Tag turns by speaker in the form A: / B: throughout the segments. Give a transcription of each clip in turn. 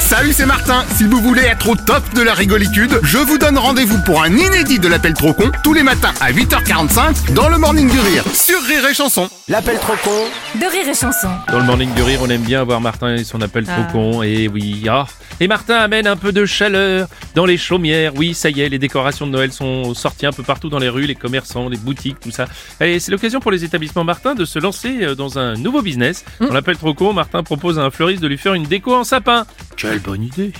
A: Salut, c'est Martin. Si vous voulez être au top de la rigolitude, je vous donne rendez-vous pour un inédit de l'appel trop con tous les matins à 8h45 dans le Morning du Rire sur Rire et Chanson.
B: L'appel trop con
C: de rire et chanson.
D: Dans le morning du rire, on aime bien voir Martin et son appel trop
C: Ah.
D: con. Et oui, ah. Et Martin amène un peu de chaleur dans les chaumières. Oui, ça y est, les décorations de Noël sont sorties un peu partout dans les rues, les commerçants, les boutiques, tout ça. Et c'est l'occasion pour les établissements Martin de se lancer euh, dans un nouveau business. Dans l'appel trop con, Martin propose à un fleuriste de lui faire une déco en sapin. Quelle bonne idée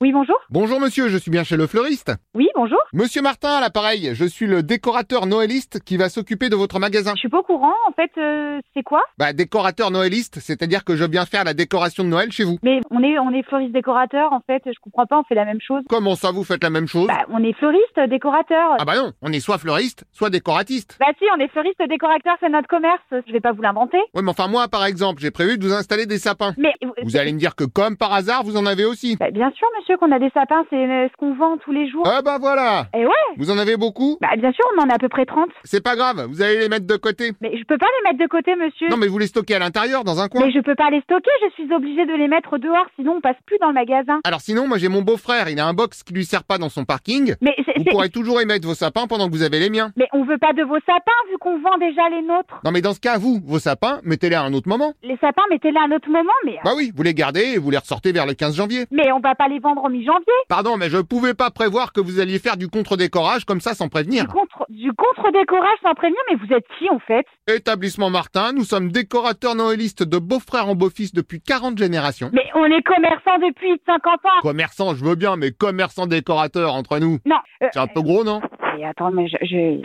E: Oui, bonjour.
A: Bonjour monsieur, je suis bien chez le fleuriste.
E: Oui, bonjour.
A: Monsieur Martin à l'appareil, je suis le décorateur noëliste qui va s'occuper de votre magasin.
E: Je suis pas au courant, en fait, euh, c'est quoi
A: Bah décorateur noëliste, c'est-à-dire que je viens faire la décoration de Noël chez vous.
E: Mais on est, on est fleuriste décorateur, en fait, je comprends pas, on fait la même chose.
A: Comment ça vous faites la même chose
E: Bah, on est fleuriste décorateur.
A: Ah bah non, on est soit fleuriste, soit décoratiste.
E: Bah si, on est fleuriste décorateur, c'est notre commerce, je vais pas vous l'inventer.
A: Ouais mais enfin moi par exemple, j'ai prévu de vous installer des sapins.
E: Mais
A: Vous allez me dire que comme par hasard, vous en avez aussi.
E: Bah, bien sûr, monsieur, qu'on a des sapins, c'est euh, ce qu'on vend tous les jours.
A: Ah bah voilà
E: Eh ouais.
A: Vous en avez beaucoup
E: Bah bien sûr, on en a à peu près 30.
A: C'est pas grave, vous allez les mettre de côté.
E: Mais je peux pas les mettre de côté, monsieur.
A: Non mais vous les stockez à l'intérieur, dans un coin.
E: Mais je peux pas les stocker, je suis obligée de les mettre dehors, sinon on passe plus dans le magasin.
A: Alors sinon, moi j'ai mon beau-frère, il a un box qui lui sert pas dans son parking.
E: Mais c'est,
A: Vous
E: c'est-
A: pourrez toujours y mettre vos sapins pendant que vous avez les miens.
E: mais on veut pas de vos sapins vu qu'on vend déjà les nôtres.
A: Non mais dans ce cas, vous, vos sapins, mettez-les à un autre moment.
E: Les sapins, mettez-les à un autre moment, mais
A: Bah oui, vous les gardez et vous les ressortez vers le 15 janvier.
E: Mais on va pas les vendre en mi-janvier.
A: Pardon, mais je pouvais pas prévoir que vous alliez faire du contre-décorage comme ça sans
E: Du
A: prévenir.
E: contre, du contre-décorage sans prévenir, mais vous êtes qui en fait
A: Établissement Martin, nous sommes décorateurs noëlistes de beau-frère en beau-fils depuis 40 générations.
E: Mais on est commerçant depuis 50 ans.
A: Commerçant, je veux bien, mais commerçant décorateur entre nous.
E: Non. euh,
A: C'est un peu gros, non
E: mais attends, mais je, je-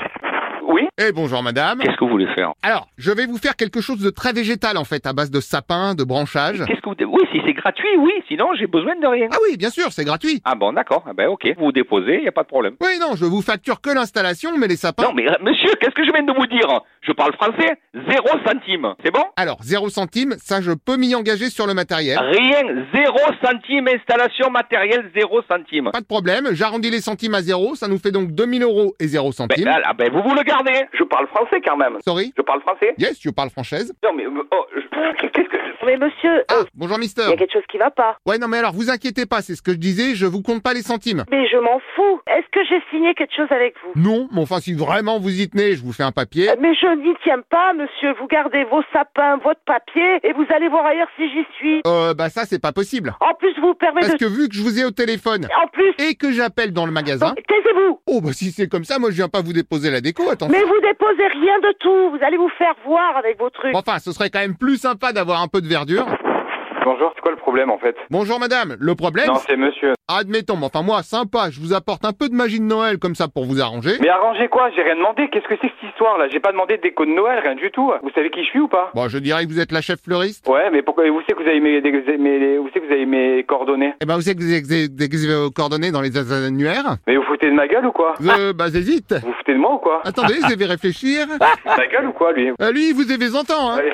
A: Eh bonjour madame.
F: Qu'est-ce que vous voulez faire
A: Alors, je vais vous faire quelque chose de très végétal en fait, à base de sapins, de branchages.
F: Qu'est-ce que vous... Oui, si c'est gratuit, oui. Sinon, j'ai besoin de rien.
A: Ah oui, bien sûr, c'est gratuit.
F: Ah bon, d'accord. Ah ben, ok. Vous déposez, il n'y a pas de problème.
A: Oui, non, je vous facture que l'installation, mais les sapins...
F: Non, mais euh, monsieur, qu'est-ce que je viens de vous dire Je parle français. Zéro centime. C'est bon
A: Alors, zéro centime, ça je peux m'y engager sur le
F: Ah.
A: matériel.
F: Rien. Zéro centime. Installation matérielle, zéro centime.
A: Pas de problème, j'arrondis les centimes à zéro, ça nous fait donc 2000 euros et zéro
F: Ben,
A: centime.
F: ah, ah, ben, vous vous le gardez. Je parle français quand même.
A: Sorry
F: Je parle français.
A: Yes, you parle française.
F: Non, mais... euh, oh, je- Qu'est-ce que...
G: Mais monsieur,
A: Ah, bonjour mister.
G: il y a quelque chose qui va pas.
A: Ouais, non mais alors, vous inquiétez pas, c'est ce que je disais, je vous compte pas les centimes.
G: Mais je m'en fous. Est-ce que j'ai signé quelque chose avec vous
A: Non, mais enfin, si vraiment vous y tenez, je vous fais un papier.
G: Euh, Mais je n'y tiens pas, monsieur. Vous gardez vos sapins, votre papier, et vous allez voir ailleurs si j'y suis.
A: Euh, bah ça, c'est pas possible.
G: En plus, vous permettez
A: Parce
G: de...
A: que vu que je vous ai au téléphone
G: En plus...
A: et que j'appelle dans le magasin...
G: Donc, Taisez-vous
A: Oh bah si c'est comme ça, moi je viens pas vous déposer la déco, attends.
G: Mais vous déposez rien de tout. Vous allez vous faire voir avec vos trucs.
A: Enfin, ce serait quand même plus sympa d'avoir un peu de verdure.
H: Bonjour, c'est quoi le problème en fait
A: Bonjour madame, le problème
H: Non, c'est monsieur.
A: Admettons, mais enfin moi, sympa, je vous apporte un peu de magie de Noël comme ça pour vous arranger.
H: Mais arrangez quoi J'ai rien demandé. Qu'est-ce que c'est que cette histoire là J'ai pas demandé de déco de Noël, rien du tout. Vous savez qui je suis ou pas
A: Bon, je dirais que vous êtes la chef fleuriste.
H: Ouais, mais pourquoi Vous savez que vous avez mes, des- mes- vous savez que vous avez mes coordonnées
A: Eh ben, vous savez que vous avez- vous avez vous avez vos euh, coordonnées dans les annuaires
H: Mais vous foutez de ma gueule ou quoi
A: Euh, bah j'hésite.
H: Vous foutez de moi ou quoi
A: Attendez, je vais réfléchir.
H: Ma gueule ou quoi lui
A: Euh, lui, il vous avez 20 ans, hein.
H: Allez.